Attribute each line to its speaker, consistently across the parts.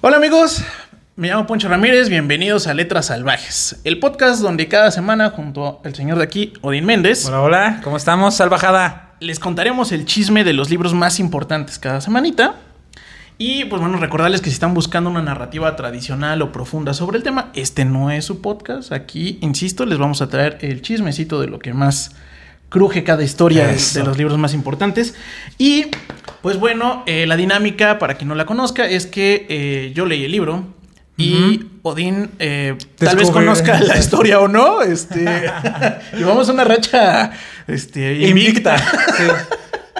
Speaker 1: Hola amigos, me llamo Poncho Ramírez, bienvenidos a Letras Salvajes, el podcast donde cada semana junto al señor de aquí, Odín Méndez,
Speaker 2: Hola, hola, ¿cómo estamos, salvajada?
Speaker 1: les contaremos el chisme de los libros más importantes cada semanita. Y pues bueno, recordarles que si están buscando una narrativa tradicional o profunda sobre el tema, este no es su podcast. Aquí, insisto, les vamos a traer el chismecito de lo que más cruje cada historia de,
Speaker 2: Eso.
Speaker 1: de los libros más importantes. Y pues bueno, eh, la dinámica, para quien no la conozca, es que eh, yo leí el libro. Y Odín eh, tal vez
Speaker 2: Descubrí-
Speaker 1: conozca la historia o no. Este, llevamos una racha este, invicta.
Speaker 2: Sí.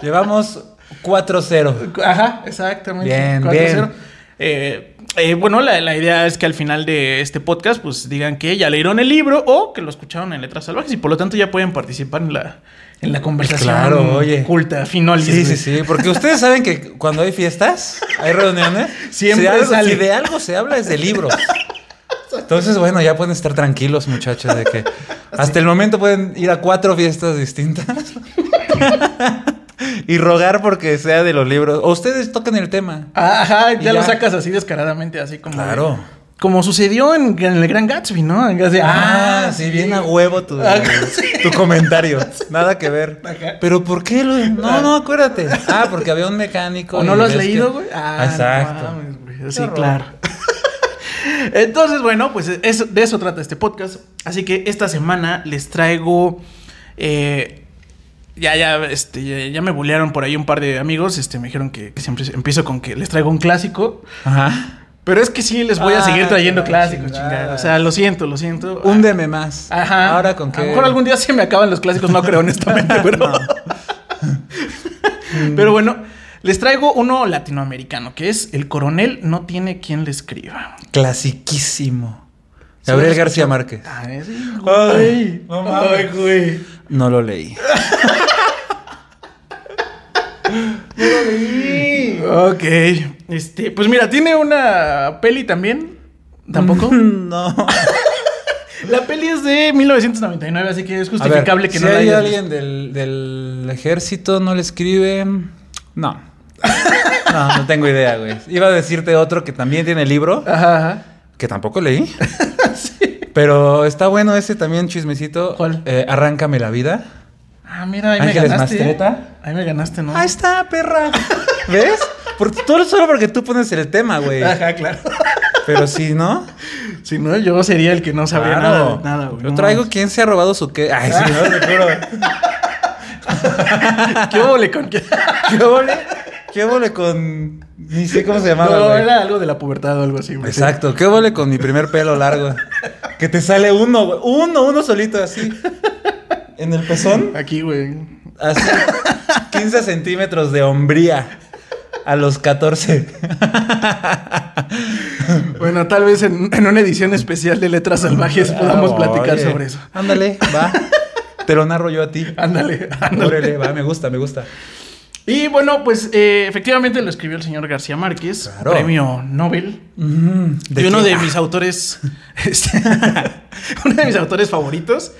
Speaker 2: Llevamos 4-0.
Speaker 1: Ajá, exactamente.
Speaker 2: Bien,
Speaker 1: 4-0.
Speaker 2: bien.
Speaker 1: Eh, eh, bueno, la, la idea es que al final de este podcast, pues digan que ya leyeron el libro o que lo escucharon en Letras Salvajes y por lo tanto ya pueden participar en la, en la conversación
Speaker 2: Claro, oye.
Speaker 1: culta, finolis.
Speaker 2: Sí, sí,
Speaker 1: güey.
Speaker 2: sí, porque ustedes saben que cuando hay fiestas, hay reuniones,
Speaker 1: Siempre
Speaker 2: si algo-
Speaker 1: sale.
Speaker 2: si de algo se habla es de libros. Entonces, bueno, ya pueden estar tranquilos, muchachos, de que hasta el momento pueden ir a cuatro fiestas distintas y rogar porque sea de los libros. O ustedes tocan el tema.
Speaker 1: Ajá, ya,
Speaker 2: Y ya.
Speaker 1: lo sacas así descaradamente, así como.
Speaker 2: Claro.
Speaker 1: Como sucedió en, en el Gran Gatsby, ¿no? Así,
Speaker 2: Ah, sí, bien a huevo tu,
Speaker 1: Ah, sí.
Speaker 2: tu comentario. Nada que ver.
Speaker 1: Ajá.
Speaker 2: Pero ¿por qué? Lo... No, no, acuérdate. Ah, porque había un mecánico.
Speaker 1: ¿O
Speaker 2: y
Speaker 1: no lo has
Speaker 2: ves
Speaker 1: leído,
Speaker 2: que-
Speaker 1: güey?
Speaker 2: Ah, Exacto.
Speaker 1: no mames, güey. Sí,
Speaker 2: horror.
Speaker 1: claro. Entonces, bueno, pues eso- de eso trata este podcast. Así que esta semana les traigo. eh, ya, ya, este, ya, ya me bulearon por ahí un par de amigos. Este, me dijeron que, que siempre empiezo con que les traigo un clásico.
Speaker 2: Ajá.
Speaker 1: Pero es que sí, les voy a
Speaker 2: Ah,
Speaker 1: seguir trayendo
Speaker 2: la
Speaker 1: clásicos,
Speaker 2: chingada.
Speaker 1: chingada. O sea, lo siento, lo siento.
Speaker 2: Húndeme más.
Speaker 1: Ajá.
Speaker 2: Ahora con
Speaker 1: A
Speaker 2: qué.
Speaker 1: lo mejor algún día se me acaban los clásicos, no creo, honestamente, pero. pero bueno, les traigo uno latinoamericano, que es El coronel no tiene quien le escriba.
Speaker 2: Clasiquísimo. Gabriel
Speaker 1: Sí,
Speaker 2: García Márquez.
Speaker 1: Ay, sí,
Speaker 2: Ay, no mames.
Speaker 1: Ay, güey.
Speaker 2: No lo leí.
Speaker 1: Ok. Este, pues mira, tiene una peli también. Tampoco.
Speaker 2: Mm. No.
Speaker 1: La peli es de 1999, así que es
Speaker 2: A ver,
Speaker 1: justificable que no
Speaker 2: si
Speaker 1: la
Speaker 2: hay
Speaker 1: hayas
Speaker 2: alguien del, del ejército, no le escribe. No. No, no tengo idea, güey. Iba a decirte otro que también tiene libro.
Speaker 1: visto. Ajá, ajá.
Speaker 2: que tampoco leí. Pero está bueno ese también chismecito.
Speaker 1: ¿Cuál?
Speaker 2: Eh, Arráncame la vida.
Speaker 1: Ah, mira, ahí me
Speaker 2: Ángeles Ah, este.
Speaker 1: ganaste.
Speaker 2: Mastretta.
Speaker 1: Ahí me ganaste, ¿no?
Speaker 2: Ahí está, perra. ¿Ves? Por, todo solo porque tú pones el tema, güey.
Speaker 1: Ajá, claro.
Speaker 2: Pero si no,
Speaker 1: Si no, yo sería el que no sabría
Speaker 2: claro.
Speaker 1: nada, nada, güey.
Speaker 2: Yo
Speaker 1: No
Speaker 2: traigo quién se ha robado su qué. Ay, sí, no, te juro.
Speaker 1: mames. ¿Qué ole con qué?
Speaker 2: ¿Qué vole? ¿Qué vole con. Ni sé cómo se llamaba,
Speaker 1: No,
Speaker 2: güey.
Speaker 1: era algo de la pubertad o algo así, güey.
Speaker 2: Exacto. ¿Qué vole con mi primer pelo largo? Que te sale uno, güey. Uno, uno solito así. En el pezón.
Speaker 1: Aquí, güey.
Speaker 2: Así, 15 centímetros de hombría a los 14.
Speaker 1: Bueno, tal vez en, en una edición especial de Letras Salvajes podamos
Speaker 2: Ah,
Speaker 1: platicar
Speaker 2: oye.
Speaker 1: sobre eso.
Speaker 2: Ándale, va. Te lo narro yo a ti.
Speaker 1: Ándale, ándale.
Speaker 2: Órale, va, me gusta, me gusta.
Speaker 1: Y bueno, pues eh, efectivamente lo escribió el señor García Márquez,
Speaker 2: Claro.
Speaker 1: premio Nobel.
Speaker 2: Mm,
Speaker 1: Y
Speaker 2: qué?
Speaker 1: uno de
Speaker 2: Ah,
Speaker 1: mis autores. este, uno de mis autores favoritos.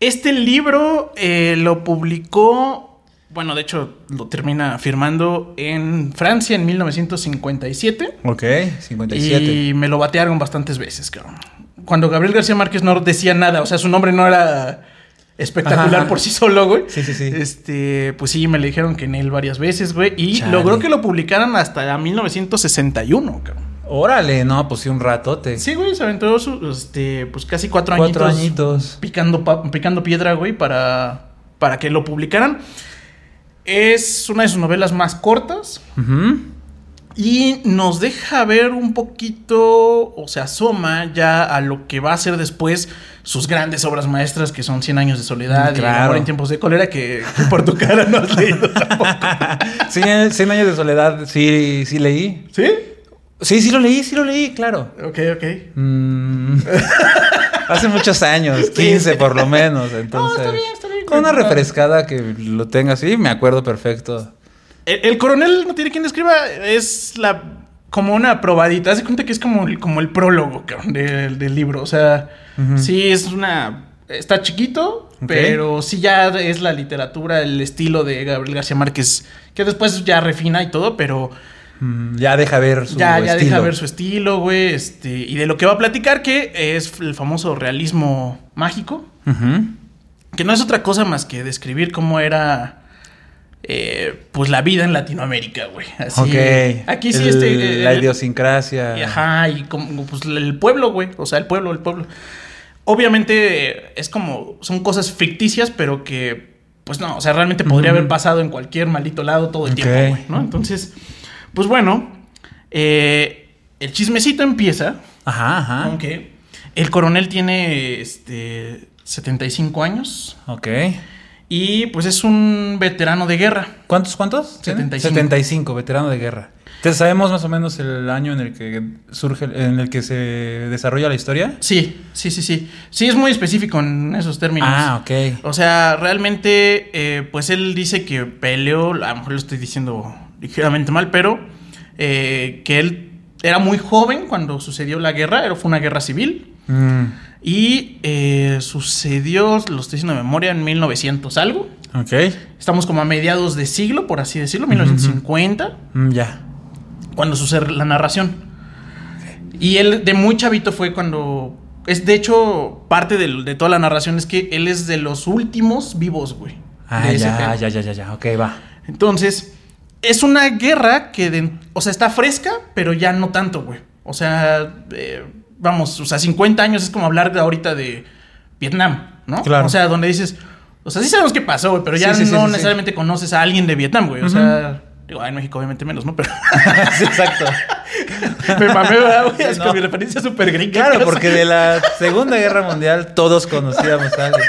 Speaker 1: Este libro eh, lo publicó. Bueno, de hecho, lo termina firmando en Francia en 1957.
Speaker 2: Ok, 57.
Speaker 1: Y me lo batearon bastantes veces, cabrón. Cuando Gabriel García Márquez no decía nada, o sea, su nombre no era espectacular
Speaker 2: Ajá, ajá.
Speaker 1: por sí solo, güey.
Speaker 2: Sí, sí, sí.
Speaker 1: Este, pues sí, me le dijeron que en él varias veces, güey. Y
Speaker 2: Chale.
Speaker 1: logró que lo publicaran hasta 1961, cabrón.
Speaker 2: Órale, no, pues sí, un ratote.
Speaker 1: Sí, güey, se aventó su, este, pues casi cuatro,
Speaker 2: Cuatro
Speaker 1: añitos,
Speaker 2: añitos.
Speaker 1: Picando, pa- picando piedra, güey, para, para que lo publicaran. Es una de sus novelas más cortas
Speaker 2: Ujú.
Speaker 1: y nos deja ver un poquito, o se asoma ya a lo que va a ser después sus grandes obras maestras, que son 100 años de soledad y El
Speaker 2: Claro.
Speaker 1: amor en tiempos de cólera, que, que por tu cara no has leído tampoco.
Speaker 2: Sí, 100 años de soledad, sí, sí leí.
Speaker 1: ¿Sí?
Speaker 2: Sí, sí lo leí, sí lo leí, claro.
Speaker 1: Ok, ok.
Speaker 2: Mm. Hace muchos años, 15 por lo menos, entonces.
Speaker 1: está bien, está bien,
Speaker 2: Con una
Speaker 1: güey.
Speaker 2: refrescada que lo tenga así, me acuerdo perfecto.
Speaker 1: El, el coronel no tiene quien le escriba, es la como una probadita. Haz de cuenta que es como el, como el prólogo cabrón, del, del libro. O sea,
Speaker 2: Ujú.
Speaker 1: sí es una. Está chiquito,
Speaker 2: Ok.
Speaker 1: pero sí ya es la literatura, el estilo de Gabriel García Márquez, que después ya refina y todo, pero
Speaker 2: Mm, Ya deja ver su
Speaker 1: ya, ya
Speaker 2: estilo.
Speaker 1: deja ver su estilo, güey. Este, y de lo que va a platicar, que es el famoso realismo mágico,
Speaker 2: Ujú.
Speaker 1: que no es otra cosa más que describir cómo era. eh, pues la vida en Latinoamérica, güey. Así.
Speaker 2: Ok.
Speaker 1: Aquí sí,
Speaker 2: El-
Speaker 1: este. eh,
Speaker 2: La
Speaker 1: el-
Speaker 2: idiosincrasia.
Speaker 1: y Ajá, y como, pues el pueblo, güey. O sea, el pueblo, el pueblo. Obviamente eh, es como, son cosas ficticias, pero que, pues no, o sea, realmente podría
Speaker 2: Ujú.
Speaker 1: haber pasado en cualquier maldito lado todo el
Speaker 2: Ok.
Speaker 1: tiempo, güey, ¿no? Entonces, pues bueno, eh, el chismecito empieza
Speaker 2: Ajá, ajá.
Speaker 1: con que el coronel tiene, este, 75 años
Speaker 2: Ok.
Speaker 1: y pues es un veterano de guerra.
Speaker 2: ¿Cuántos, cuántos? tiene?
Speaker 1: 75.
Speaker 2: 75, veterano de guerra. Entonces, ¿sabemos más o menos el año en el que surge, en el que se desarrolla la historia?
Speaker 1: Sí, sí, sí, sí. Sí, es muy específico en esos términos.
Speaker 2: Ah, ok.
Speaker 1: O sea, realmente, eh, pues él dice que peleó, a lo mejor lo estoy diciendo ligeramente mal, pero eh, que él era muy joven cuando sucedió la guerra, era- fue una guerra civil,
Speaker 2: Mm,
Speaker 1: y eh, sucedió, lo estoy diciendo de memoria, en 1900 algo.
Speaker 2: ok.
Speaker 1: Estamos como a mediados de siglo, por así decirlo, 1950,
Speaker 2: Mm, ya.
Speaker 1: cuando sucede la narración. Y él de muy chavito fue cuando... Es de hecho parte del- de toda la narración es que él es de los últimos vivos, güey.
Speaker 2: Ah,
Speaker 1: de ese pedo.
Speaker 2: ya, ya, ya, ya, ya. Ok, va.
Speaker 1: Entonces, es una guerra que, de- o sea, está fresca, pero ya no tanto, güey. O sea, eh, vamos, o sea, 50 años es como hablar de ahorita de Vietnam, ¿no?
Speaker 2: Claro.
Speaker 1: O sea, donde dices, o sea, sí sabemos qué pasó, güey, pero ya
Speaker 2: Sí, sí, sí,
Speaker 1: no
Speaker 2: sí, sí.
Speaker 1: necesariamente conoces a alguien de Vietnam, güey. O sea, digo, ah, en México obviamente menos, ¿no? Pero
Speaker 2: Sí, exacto.
Speaker 1: me mamé, ¿verdad, güey, es que
Speaker 2: No.
Speaker 1: mi referencia es súper gringa.
Speaker 2: Claro,
Speaker 1: O sea,
Speaker 2: porque de la Segunda Guerra Mundial todos conocíamos a alguien.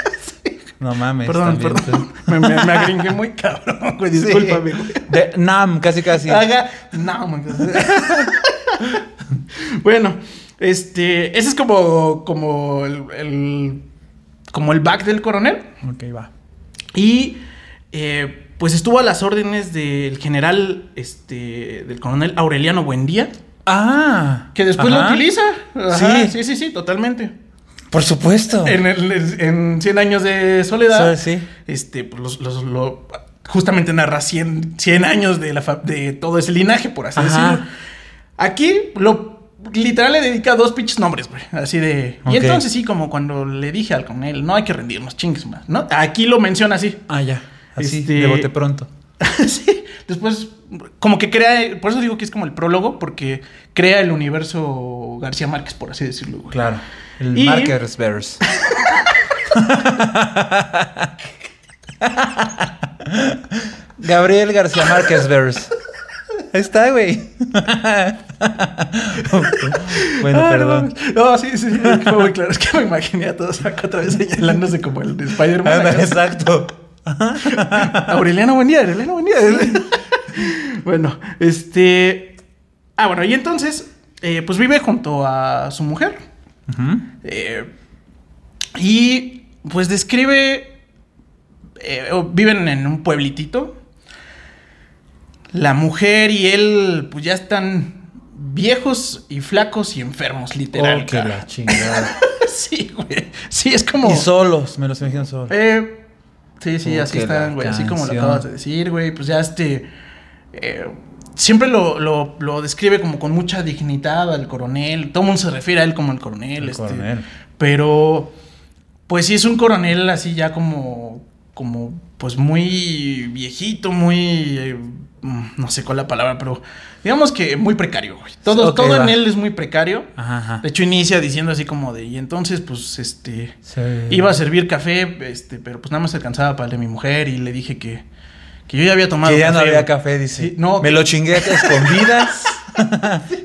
Speaker 2: No mames.
Speaker 1: Perdón,
Speaker 2: también,
Speaker 1: perdón.
Speaker 2: tú.
Speaker 1: Me, me, me agringué muy cabrón, güey.
Speaker 2: Sí.
Speaker 1: Discúlpame, Ah, güey.
Speaker 2: De Nam, casi, casi.
Speaker 1: Haga- No, man. bueno, este. Ese es como. como el. el- como el back del coronel.
Speaker 2: Ok, va.
Speaker 1: Y. eh, pues estuvo a las órdenes del general. Este. del coronel Aureliano Buendía.
Speaker 2: Ah.
Speaker 1: Que después
Speaker 2: ajá.
Speaker 1: lo utiliza. Ajá,
Speaker 2: Sí.
Speaker 1: sí, sí, sí, totalmente.
Speaker 2: Por supuesto.
Speaker 1: En, el- en 100 años de soledad.
Speaker 2: Sí, sí.
Speaker 1: Este, pues los, los- lo- justamente narra 100, 100 años de, la fa- de todo ese linaje, por así
Speaker 2: Ajá.
Speaker 1: decirlo. Aquí lo literal le dedica dos pinches nombres, güey. Así de.
Speaker 2: Ok.
Speaker 1: Y entonces sí, como cuando le dije al coronel, no hay que rendirnos, chingues más, ¿no? Aquí lo menciona así.
Speaker 2: Ah, ya. Así,
Speaker 1: Este-
Speaker 2: de bote pronto.
Speaker 1: sí. Después, como que crea. Por eso digo que es como el prólogo, porque crea el universo García Márquez, por así decirlo, güey.
Speaker 2: Claro. El
Speaker 1: Y-
Speaker 2: Markers Bears. Gabriel García Márquez Bears. Ahí está, güey. bueno,
Speaker 1: Ah, no
Speaker 2: perdón.
Speaker 1: mames. No, sí, sí, sí, fue muy claro. Es que me imaginé a todos acá otra vez señalándose como el de Spider-Man.
Speaker 2: Ándale,
Speaker 1: acá.
Speaker 2: Ah, exacto.
Speaker 1: Aureliano, buen día, Aureliano, buen día. bueno, este. Ah, bueno, y entonces, eh, pues vive junto a su mujer.
Speaker 2: Ujú.
Speaker 1: eh, y pues describe. eh, o- viven en un pueblitito. La mujer y él, pues ya están viejos y flacos y enfermos, literal.
Speaker 2: Oh, que
Speaker 1: cara.
Speaker 2: la chingada.
Speaker 1: Sí, güey. Sí, es como.
Speaker 2: Y solos, me los imagino solos.
Speaker 1: Eh, sí, sí,
Speaker 2: Oh,
Speaker 1: así
Speaker 2: que
Speaker 1: están,
Speaker 2: la
Speaker 1: güey. Así como lo
Speaker 2: canción.
Speaker 1: acabas de decir, güey. Pues ya este. eh, siempre lo, lo- lo describe como con mucha dignidad al coronel. Todo el mundo se refiere a él como el coronel.
Speaker 2: El
Speaker 1: este,
Speaker 2: coronel.
Speaker 1: Pero. Pues sí, es un coronel así ya como. Como, pues muy viejito, muy. eh, mm, no sé cuál la palabra, pero. Digamos que muy precario, güey. Todo,
Speaker 2: Ok,
Speaker 1: todo en
Speaker 2: va.
Speaker 1: él es muy precario.
Speaker 2: Ajá, ajá.
Speaker 1: De hecho, inicia diciendo así como de. Y entonces, pues este.
Speaker 2: Sí.
Speaker 1: Iba a servir café, este, pero pues nada más alcanzaba para el de mi mujer y le dije que, que yo ya había tomado
Speaker 2: Que ya no
Speaker 1: café,
Speaker 2: había
Speaker 1: güey.
Speaker 2: café, dice.
Speaker 1: Sí, no,
Speaker 2: Me lo chingué a escondidas.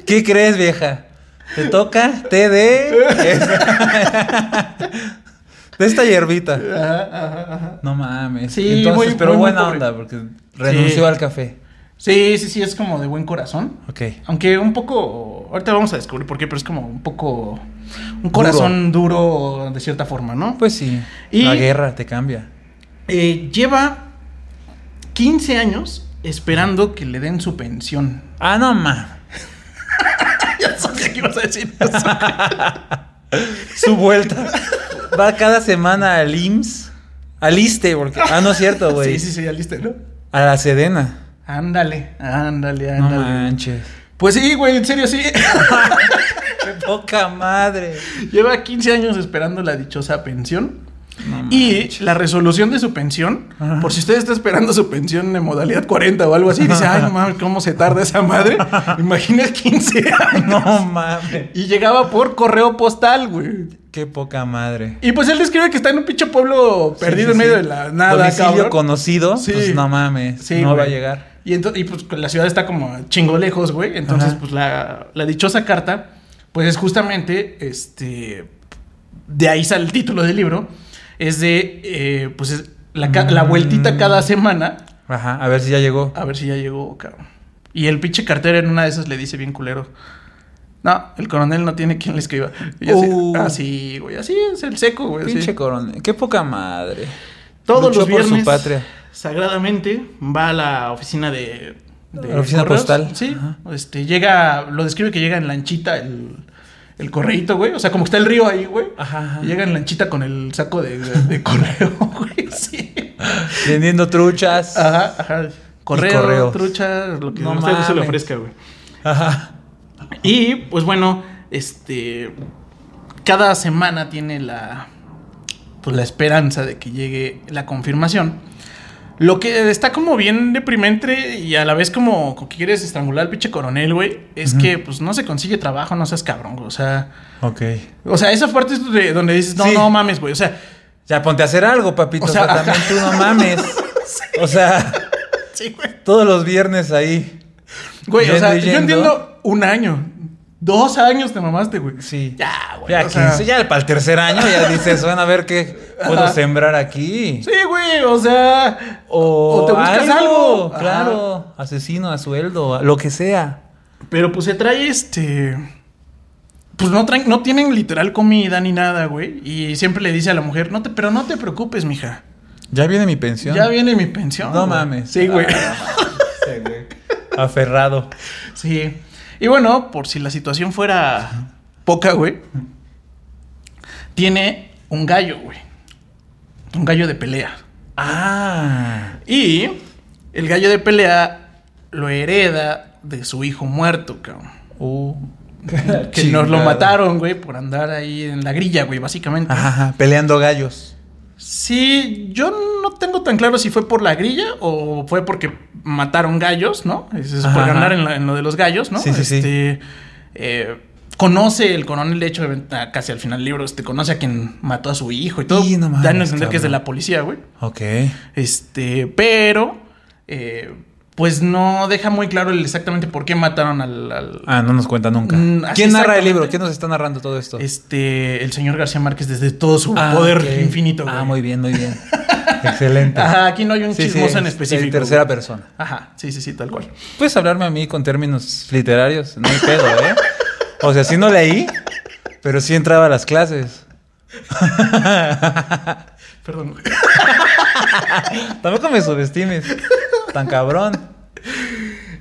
Speaker 2: ¿Qué crees, vieja? Te toca té de... de esta hierbita.
Speaker 1: Ajá, ajá, ajá.
Speaker 2: No mames.
Speaker 1: Sí,
Speaker 2: Entonces,
Speaker 1: muy-
Speaker 2: pero
Speaker 1: muy, muy
Speaker 2: buena
Speaker 1: pobre.
Speaker 2: onda, porque renunció al café.
Speaker 1: Sí, sí, sí, es como de buen corazón.
Speaker 2: Ok.
Speaker 1: Aunque un poco, ahorita vamos a descubrir por qué, pero es como un poco, un corazón duro, de cierta forma, ¿no?
Speaker 2: Pues sí.
Speaker 1: Y-
Speaker 2: La guerra te cambia.
Speaker 1: Eh, lleva 15 años esperando que le den su pensión.
Speaker 2: Ah, no mames.
Speaker 1: ya sabía que ibas a decir eso.
Speaker 2: Su vuelta. Va cada semana al IMSS. Al ISTE, porque... E, Ah, no es cierto, güey.
Speaker 1: sí, sí, sí, ya listo, ¿no?
Speaker 2: A la Sedena.
Speaker 1: Ándale, ándale,
Speaker 2: No
Speaker 1: ándale.
Speaker 2: manches.
Speaker 1: pues sí, güey, en serio, sí.
Speaker 2: ¡Qué poca madre!
Speaker 1: Lleva 15 años esperando la dichosa pensión.
Speaker 2: No
Speaker 1: Y
Speaker 2: manches.
Speaker 1: la resolución de su pensión,
Speaker 2: Ajá.
Speaker 1: por si usted está esperando su pensión en modalidad 40 o algo así, dice, ay, no mames, cómo se tarda esa madre. Imagina 15 años.
Speaker 2: No mames.
Speaker 1: Y llegaba por correo postal, güey.
Speaker 2: ¡Qué poca madre!
Speaker 1: Y pues él describe que está en un pinche pueblo perdido
Speaker 2: Sí, sí,
Speaker 1: en medio
Speaker 2: sí.
Speaker 1: de la nada,
Speaker 2: Domicilio
Speaker 1: cabrón.
Speaker 2: conocido,
Speaker 1: Sí.
Speaker 2: pues no mames.
Speaker 1: Sí,
Speaker 2: no va a
Speaker 1: güey.
Speaker 2: llegar.
Speaker 1: Y, ento- y pues la ciudad está como chingo lejos, güey. Entonces,
Speaker 2: Ajá.
Speaker 1: pues la, la dichosa carta, pues es justamente, este, de ahí sale el título del libro, es de, eh, pues es la, ca- la vueltita
Speaker 2: Mm.
Speaker 1: cada semana,
Speaker 2: Ajá, a ver si ya llegó.
Speaker 1: a ver si ya llegó, cabrón. Y el pinche cartero en una de esas le dice bien culero. No, el coronel no tiene quien le escriba. Y yo así,
Speaker 2: Uh.
Speaker 1: "Ah, sí, güey, así es el seco, güey. así".
Speaker 2: Pinche coronel. ¡Qué poca madre!
Speaker 1: Todos
Speaker 2: Luchó
Speaker 1: los
Speaker 2: por su
Speaker 1: viernes,
Speaker 2: patria.
Speaker 1: sagradamente, va a la oficina de... de
Speaker 2: A la oficina postal.
Speaker 1: Sí,
Speaker 2: Ajá.
Speaker 1: este, llega, lo describe que llega en lanchita el, el correíto, güey. O sea, como que está el río ahí, güey.
Speaker 2: Ajá, ajá.
Speaker 1: Y Llega en lanchita con el saco de, de correo, güey. Sí.
Speaker 2: Vendiendo truchas.
Speaker 1: Ajá, ajá. Correo,
Speaker 2: correos.
Speaker 1: trucha, lo que
Speaker 2: No
Speaker 1: a usted se le
Speaker 2: mames.
Speaker 1: ofrezca, güey.
Speaker 2: Ajá.
Speaker 1: Y pues bueno, este. Cada semana tiene la. Pues la esperanza de que llegue la confirmación. Lo que está como bien deprimente y a la vez como, como que quieres estrangular al pinche coronel, güey, es que pues no se consigue trabajo, no seas cabrón, güey, O sea,
Speaker 2: Ok.
Speaker 1: o sea, esa parte es donde, donde dices, no,
Speaker 2: Sí.
Speaker 1: no mames, güey. O sea,
Speaker 2: Ya ponte a hacer algo, papito.
Speaker 1: O
Speaker 2: O
Speaker 1: sea,
Speaker 2: sea,
Speaker 1: ajá.
Speaker 2: también tú no mames. O sea,
Speaker 1: sí, güey.
Speaker 2: todos los viernes ahí.
Speaker 1: Güey, o
Speaker 2: Yendo
Speaker 1: sea,
Speaker 2: y
Speaker 1: yo
Speaker 2: yendo.
Speaker 1: entiendo un año. Dos años te mamaste, güey.
Speaker 2: Sí.
Speaker 1: Ya, güey.
Speaker 2: Ya,
Speaker 1: o sea,
Speaker 2: 15, ya para el tercer año ya dices, van a ver qué puedo
Speaker 1: Ajá.
Speaker 2: sembrar aquí.
Speaker 1: Sí, güey, o sea.
Speaker 2: O,
Speaker 1: o te buscas algo. Ajá.
Speaker 2: Claro, asesino a sueldo, lo que sea.
Speaker 1: Pero pues se trae este. Pues no traen, no tienen literal comida ni nada, güey. Y siempre le dice a la mujer, no te, pero no te preocupes, mija.
Speaker 2: Ya viene mi pensión.
Speaker 1: Ya viene mi pensión.
Speaker 2: No
Speaker 1: güey".
Speaker 2: mames. Ah,
Speaker 1: Sí, güey.
Speaker 2: Aferrado.
Speaker 1: Sí. Y bueno, por si la situación fuera poca, güey. Tiene un gallo, güey. Un gallo de pelea.
Speaker 2: Ah.
Speaker 1: Y el gallo de pelea lo hereda de su hijo muerto, cabrón.
Speaker 2: Uh.
Speaker 1: Que nos lo mataron, güey, por andar ahí en la grilla, güey, básicamente.
Speaker 2: Ajá, ajá, peleando gallos.
Speaker 1: Sí, yo no tengo tan claro si fue por la grilla o fue porque mataron gallos, ¿no? Es, es por
Speaker 2: Ajá.
Speaker 1: ganar en, la- en lo de los gallos, ¿no?
Speaker 2: Sí, sí, sí.
Speaker 1: Este, eh, conoce el coronel, de hecho, a- casi al final del libro, este, conoce a quien mató a su hijo y todo.
Speaker 2: Y no mames,
Speaker 1: Dan a entender que es de
Speaker 2: cabrón.
Speaker 1: la policía, güey.
Speaker 2: Ok.
Speaker 1: Este, pero, eh, pues no deja muy claro el exactamente por qué mataron al- al,
Speaker 2: Ah, no nos cuenta nunca.
Speaker 1: Mm, así
Speaker 2: ¿Quién narra el
Speaker 1: exactamente.
Speaker 2: libro? ¿Quién nos está narrando todo esto?
Speaker 1: Este, el señor García Márquez desde todo su
Speaker 2: Ah,
Speaker 1: poder
Speaker 2: ok.
Speaker 1: infinito.
Speaker 2: Ah,
Speaker 1: güey.
Speaker 2: muy bien, muy bien. Excelente.
Speaker 1: Ajá, aquí no hay un
Speaker 2: Sí, sí,
Speaker 1: chismoso en
Speaker 2: en
Speaker 1: específico.
Speaker 2: tercera
Speaker 1: güey.
Speaker 2: persona.
Speaker 1: Ajá, sí, sí, sí, tal cual.
Speaker 2: Puedes hablarme a mí con términos literarios, no hay pedo, ¿eh? O sea, sí no leí, pero sí entraba a las clases.
Speaker 1: Perdón, güey.
Speaker 2: Ah, Tampoco me subestimes, tan cabrón.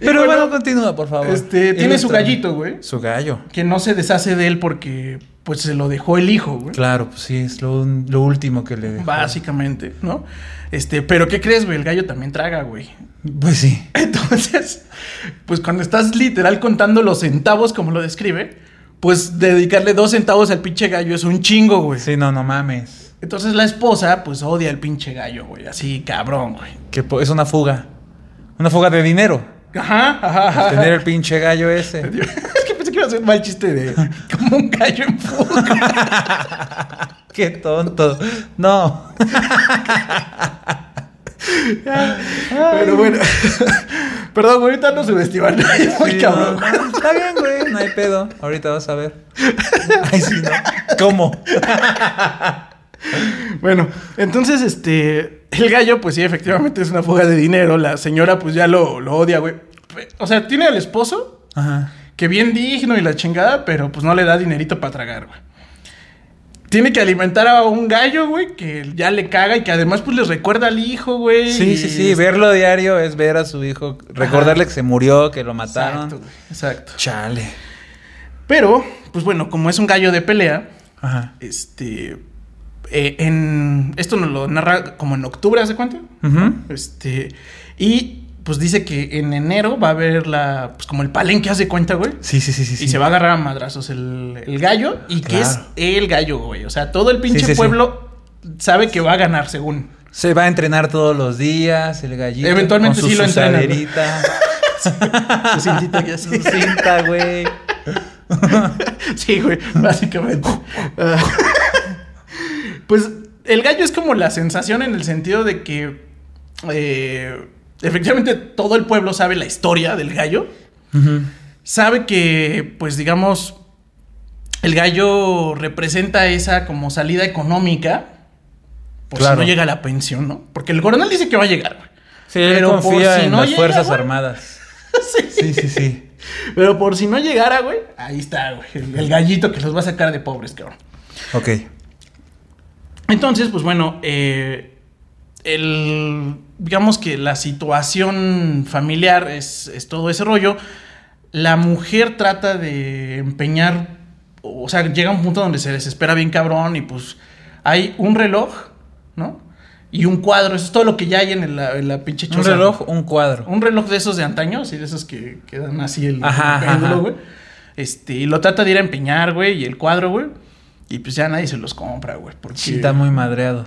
Speaker 2: Pero
Speaker 1: bueno,
Speaker 2: bueno, continúa, por favor.
Speaker 1: Este, tiene su
Speaker 2: Ilústrame.
Speaker 1: gallito, güey,
Speaker 2: Su gallo.
Speaker 1: que no se deshace de él porque pues se lo dejó el hijo, güey.
Speaker 2: Claro, pues sí, es lo, lo último que le dejó.
Speaker 1: Básicamente, ¿no? Este, pero ¿qué crees, güey? El gallo también traga, güey.
Speaker 2: Pues sí.
Speaker 1: Entonces, pues cuando estás literal contando los centavos como lo describe, pues dedicarle dos centavos al pinche gallo es un chingo, güey.
Speaker 2: Sí, no, no mames.
Speaker 1: Entonces la esposa, pues odia al pinche gallo, güey. Así, cabrón, güey.
Speaker 2: Que po- es una fuga. Una fuga de dinero.
Speaker 1: Ajá, ajá, ajá.
Speaker 2: Pues Tener el pinche gallo ese.
Speaker 1: Es que pensé que iba a ser un mal chiste de como un gallo en fuga.
Speaker 2: Qué tonto. No.
Speaker 1: Pero bueno. Perdón, güey, ahorita no subestiman a nadie, muy
Speaker 2: Sí,
Speaker 1: cabrón.
Speaker 2: no, no, Está bien, güey. No hay pedo. Ahorita vas a ver. Ay, sí, no. ¿Cómo?
Speaker 1: Bueno, entonces, este, el gallo, pues sí, efectivamente es una fuga de dinero. La señora, pues ya lo, lo odia, güey. O sea, tiene al esposo,
Speaker 2: Ajá.
Speaker 1: que bien digno y la chingada, pero pues no le da dinerito para tragar, güey. Tiene que alimentar a un gallo, güey, que ya le caga y que además pues les recuerda al hijo, güey.
Speaker 2: Sí, sí, sí. Verlo diario es ver a su hijo. Recordarle que se murió, que lo mataron.
Speaker 1: Exacto, güey, exacto.
Speaker 2: Chale. Ah.
Speaker 1: Pero, pues bueno, como es un gallo de pelea,
Speaker 2: Ajá.
Speaker 1: este... eh, en, esto nos lo narra como en octubre, ¿hace cuánto?
Speaker 2: Ujú.
Speaker 1: Este... Y pues dice que en enero va a haber la, pues como el palenque, hace cuenta, güey.
Speaker 2: Sí, sí, sí, sí.
Speaker 1: Y se va a agarrar a madrazos el, el gallo y que es
Speaker 2: Claro.
Speaker 1: el gallo, güey. O sea, todo el pinche
Speaker 2: Sí, sí, sí.
Speaker 1: pueblo sabe que va a ganar, según.
Speaker 2: Se va a entrenar todos los días, el gallito.
Speaker 1: Eventualmente
Speaker 2: con
Speaker 1: sí
Speaker 2: su
Speaker 1: lo entrenan.
Speaker 2: susaderita,
Speaker 1: Su cintita que hace.
Speaker 2: su cinta, güey.
Speaker 1: Sí, güey, básicamente. Ah. pues el gallo es como la sensación en el sentido de que eh, efectivamente todo el pueblo sabe la historia del gallo.
Speaker 2: Ujú.
Speaker 1: Sabe que, pues digamos, el gallo representa esa como salida económica. Por si
Speaker 2: Claro.
Speaker 1: no llega la pensión, ¿no? Porque el coronel dice que va a llegar, güey.
Speaker 2: Sí, él
Speaker 1: Pero por
Speaker 2: confía
Speaker 1: si
Speaker 2: en
Speaker 1: no
Speaker 2: las
Speaker 1: llega,
Speaker 2: Fuerzas
Speaker 1: güey.
Speaker 2: Armadas.
Speaker 1: Sí.
Speaker 2: Sí, sí, sí.
Speaker 1: Pero por si no llegara, güey, ahí está, güey. El, el gallito que los va a sacar de pobres, cabrón.
Speaker 2: Ok.
Speaker 1: Entonces, pues bueno, eh, el, digamos que la situación familiar es, es todo ese rollo. La mujer trata de empeñar, o sea, llega un punto donde se desespera bien cabrón y pues hay un reloj, ¿no? Y un cuadro, eso es todo lo que ya hay en la, en la pinche
Speaker 2: Un
Speaker 1: choza.
Speaker 2: reloj, un cuadro.
Speaker 1: Un reloj de esos de antaño, sí, de esos que quedan así el,
Speaker 2: Ajá,
Speaker 1: el
Speaker 2: ajá,
Speaker 1: péndulo,
Speaker 2: ajá.
Speaker 1: güey. Este, y lo trata de ir a empeñar, güey, y el cuadro, güey. Y pues ya nadie se los compra, güey. Porque...
Speaker 2: Sí, está muy madreado.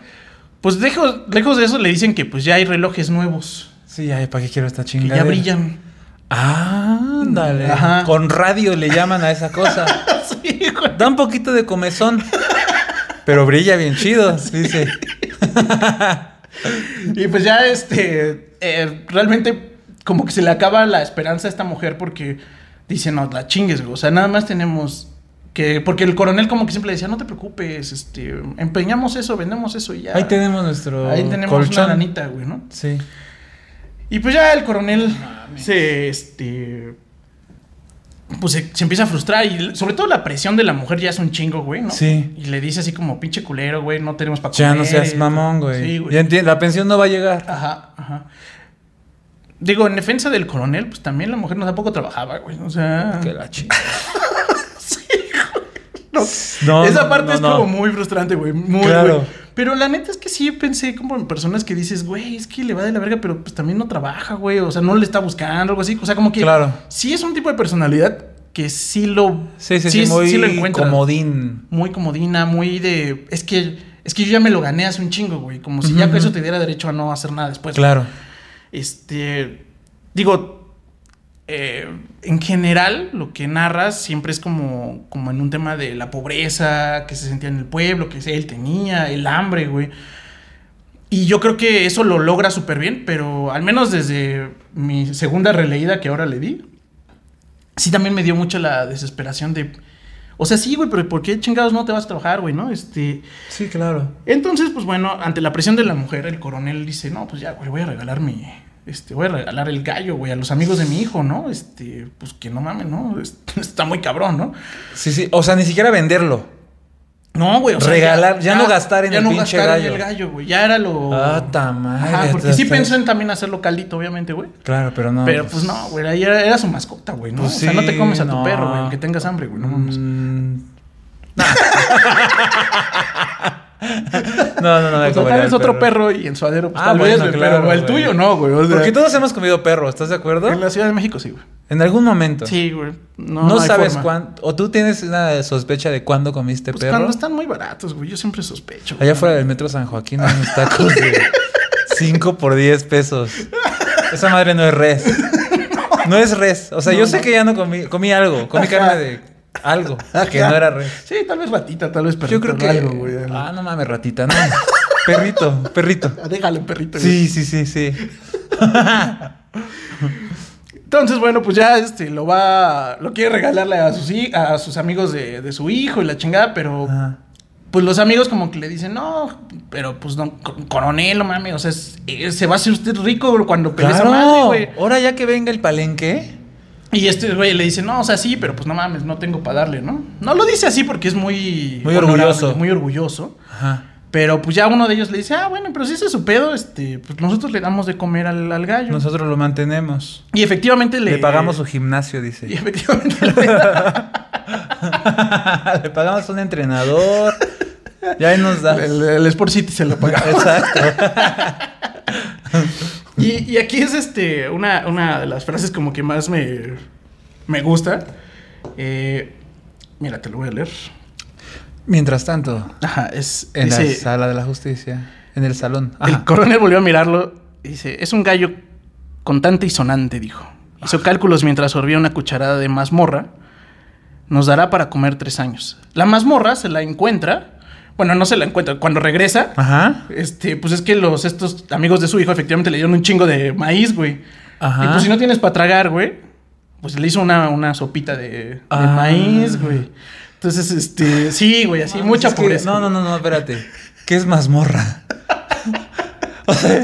Speaker 1: Pues lejos, lejos de eso le dicen que pues ya hay relojes nuevos.
Speaker 2: Sí, ay, ¿para qué quiero esta
Speaker 1: Que
Speaker 2: chingada?
Speaker 1: ya brillan.
Speaker 2: Ándale.
Speaker 1: Ajá.
Speaker 2: Con radio le llaman a esa cosa.
Speaker 1: Sí, güey.
Speaker 2: Da un poquito de comezón. Pero brilla bien chido, dice.
Speaker 1: Y pues ya este. eh, realmente, como que se le acaba la esperanza a esta mujer porque dice, no, la chingues, güey. O sea, nada más tenemos que. Porque el coronel, como que siempre le decía, no te preocupes, este. Empeñamos eso, vendemos eso y ya.
Speaker 2: Ahí tenemos nuestro
Speaker 1: Ahí tenemos
Speaker 2: colchón.
Speaker 1: una lanita, güey, ¿no?
Speaker 2: Sí.
Speaker 1: Y pues ya el coronel se, este, pues se, se empieza a frustrar y l- sobre todo la presión de la mujer ya es un chingo, güey, ¿no?
Speaker 2: Sí.
Speaker 1: Y le dice así como, pinche culero, güey, no tenemos para comer.
Speaker 2: Ya no seas mamón, güey.
Speaker 1: Sí,
Speaker 2: Ya
Speaker 1: güey.
Speaker 2: enti- la pensión no va a llegar.
Speaker 1: Ajá, ajá. Digo, en defensa del coronel, pues también la mujer no tampoco trabajaba, güey, o sea...
Speaker 2: Que la chingada.
Speaker 1: no.
Speaker 2: No,
Speaker 1: Esa
Speaker 2: no,
Speaker 1: parte
Speaker 2: no,
Speaker 1: es
Speaker 2: no.
Speaker 1: como muy frustrante, güey, muy,
Speaker 2: Claro.
Speaker 1: güey. Pero la neta es que sí pensé como en personas que dices, güey, es que le va de la verga, pero pues también no trabaja, güey, o sea, no le está buscando, algo así, o sea, como que...
Speaker 2: Claro.
Speaker 1: sí es un tipo de personalidad que sí lo
Speaker 2: Sí, sí, sí, muy
Speaker 1: lo encuentras.
Speaker 2: comodín.
Speaker 1: muy comodina, muy de es que es que yo ya me lo gané hace un chingo, güey, como si ya
Speaker 2: Ujú,
Speaker 1: eso
Speaker 2: ujú.
Speaker 1: te diera derecho a no hacer nada después.
Speaker 2: Claro.
Speaker 1: Este digo eh, en general lo que narras siempre es como como en un tema de la pobreza que se sentía en el pueblo, que él tenía, el hambre, güey. Y yo creo que eso lo logra súper bien, pero al menos desde mi segunda releída que ahora le di, sí también me dio mucho la desesperación de... O sea, sí, güey, pero ¿por qué chingados no te vas a trabajar, güey, no? Este...
Speaker 2: Sí, claro.
Speaker 1: Entonces, pues bueno, ante la presión de la mujer, el coronel dice, no, pues ya, güey, voy a regalar mi... Este, voy a regalar el gallo, güey, a los amigos de mi hijo, ¿no? Este, pues que no mames, ¿no? Este, está muy cabrón, ¿no?
Speaker 2: Sí, sí. O sea, ni siquiera venderlo.
Speaker 1: No, güey, o sea,
Speaker 2: Regalar, ya no gastar en el pinche
Speaker 1: gastar en
Speaker 2: gallo.
Speaker 1: el gallo, güey, ya era lo...
Speaker 2: Ah, ta madre,
Speaker 1: Ajá, porque
Speaker 2: ya
Speaker 1: sí
Speaker 2: estás-
Speaker 1: pensó en también hacerlo caldito, obviamente, güey.
Speaker 2: Claro, pero no.
Speaker 1: Pero pues no, güey, ahí era, era su mascota, güey, ¿no?
Speaker 2: Pues
Speaker 1: o sea, no te
Speaker 2: sí,
Speaker 1: comes a tu
Speaker 2: no.
Speaker 1: perro, güey, aunque tengas hambre, güey, no mames.
Speaker 2: Mm. No, no, no.
Speaker 1: Pues, total,
Speaker 2: de comer
Speaker 1: es
Speaker 2: al
Speaker 1: otro perro. y en su adero, pues,
Speaker 2: Ah,
Speaker 1: tal vez,
Speaker 2: bueno,
Speaker 1: güey,
Speaker 2: claro,
Speaker 1: pero el
Speaker 2: güey.
Speaker 1: tuyo no, güey. o sea,
Speaker 2: Porque todos hemos comido perro, ¿estás de acuerdo?
Speaker 1: En la Ciudad de México sí, güey.
Speaker 2: En algún momento.
Speaker 1: Sí, güey. No,
Speaker 2: No,
Speaker 1: no hay
Speaker 2: sabes
Speaker 1: forma.
Speaker 2: cuándo. O tú tienes una sospecha de cuándo comiste
Speaker 1: Pues
Speaker 2: perro.
Speaker 1: cuando están muy baratos, güey, yo siempre sospecho. güey.
Speaker 2: Allá fuera del metro San Joaquín hay unos tacos de 5 por 10 pesos. Esa madre no es res. No es res. O sea,
Speaker 1: No,
Speaker 2: yo sé
Speaker 1: no.
Speaker 2: que ya no comí, comí algo. Comí
Speaker 1: Ajá.
Speaker 2: carne de algo
Speaker 1: Ah,
Speaker 2: que no era res.
Speaker 1: Sí, tal vez ratita, tal vez perrito.
Speaker 2: yo creo que.
Speaker 1: algo, güey.
Speaker 2: ah, no mames, ratita, no. perrito, perrito.
Speaker 1: Ah, Déjale, perrito. güey.
Speaker 2: Sí, sí, sí, sí.
Speaker 1: Entonces, bueno, pues ya este lo va. Lo quiere regalarle a sus, hi- a sus amigos de, de su hijo y la chingada, pero
Speaker 2: Ajá.
Speaker 1: pues los amigos como que le dicen, no, pero pues no, co- coronel, no mames, o sea, es- eh, se va a hacer usted rico güey, cuando pelee esa
Speaker 2: Claro.
Speaker 1: madre, güey.
Speaker 2: Ahora ya que venga el palenque.
Speaker 1: Y este güey le dice, no, o sea, sí, pero pues no mames, no tengo para darle, ¿no? No lo dice así porque es muy...
Speaker 2: Muy
Speaker 1: honorable,
Speaker 2: orgulloso.
Speaker 1: Muy orgulloso.
Speaker 2: Ajá.
Speaker 1: Pero pues ya uno de ellos le dice, ah, bueno, pero si ese es su pedo, este, pues nosotros le damos de comer al, al gallo.
Speaker 2: Nosotros lo mantenemos.
Speaker 1: Y efectivamente le...
Speaker 2: Le pagamos su gimnasio,
Speaker 1: Y
Speaker 2: dice.
Speaker 1: efectivamente le da,
Speaker 2: Le pagamos un entrenador. Ya ahí nos da.
Speaker 1: el, el Sport City se lo paga.
Speaker 2: Exacto.
Speaker 1: Y, y aquí es este, una, una de las frases como que más me, me gusta. Eh, mira, te lo voy a leer.
Speaker 2: Mientras tanto,
Speaker 1: Ajá, es...
Speaker 2: en la
Speaker 1: dice,
Speaker 2: sala de la justicia, en el salón. Ajá.
Speaker 1: El coronel volvió a mirarlo y dice, es un gallo contante y sonante, dijo. Hizo cálculos mientras sorbía una cucharada de mazmorra. Nos dará para comer tres años. La mazmorra se la encuentra. Bueno, no se la encuentra. Cuando regresa,
Speaker 2: Ajá.
Speaker 1: este, pues es que los estos amigos de su hijo efectivamente le dieron un chingo de maíz, güey.
Speaker 2: Ajá.
Speaker 1: Y pues si no tienes para tragar, güey, pues le hizo una, una sopita de, de
Speaker 2: Ah.
Speaker 1: maíz, güey. Entonces, este, sí, güey, así,
Speaker 2: Mames,
Speaker 1: mucha
Speaker 2: es que-
Speaker 1: pureza.
Speaker 2: no, no, no, no, espérate. ¿Qué es mazmorra? o sea,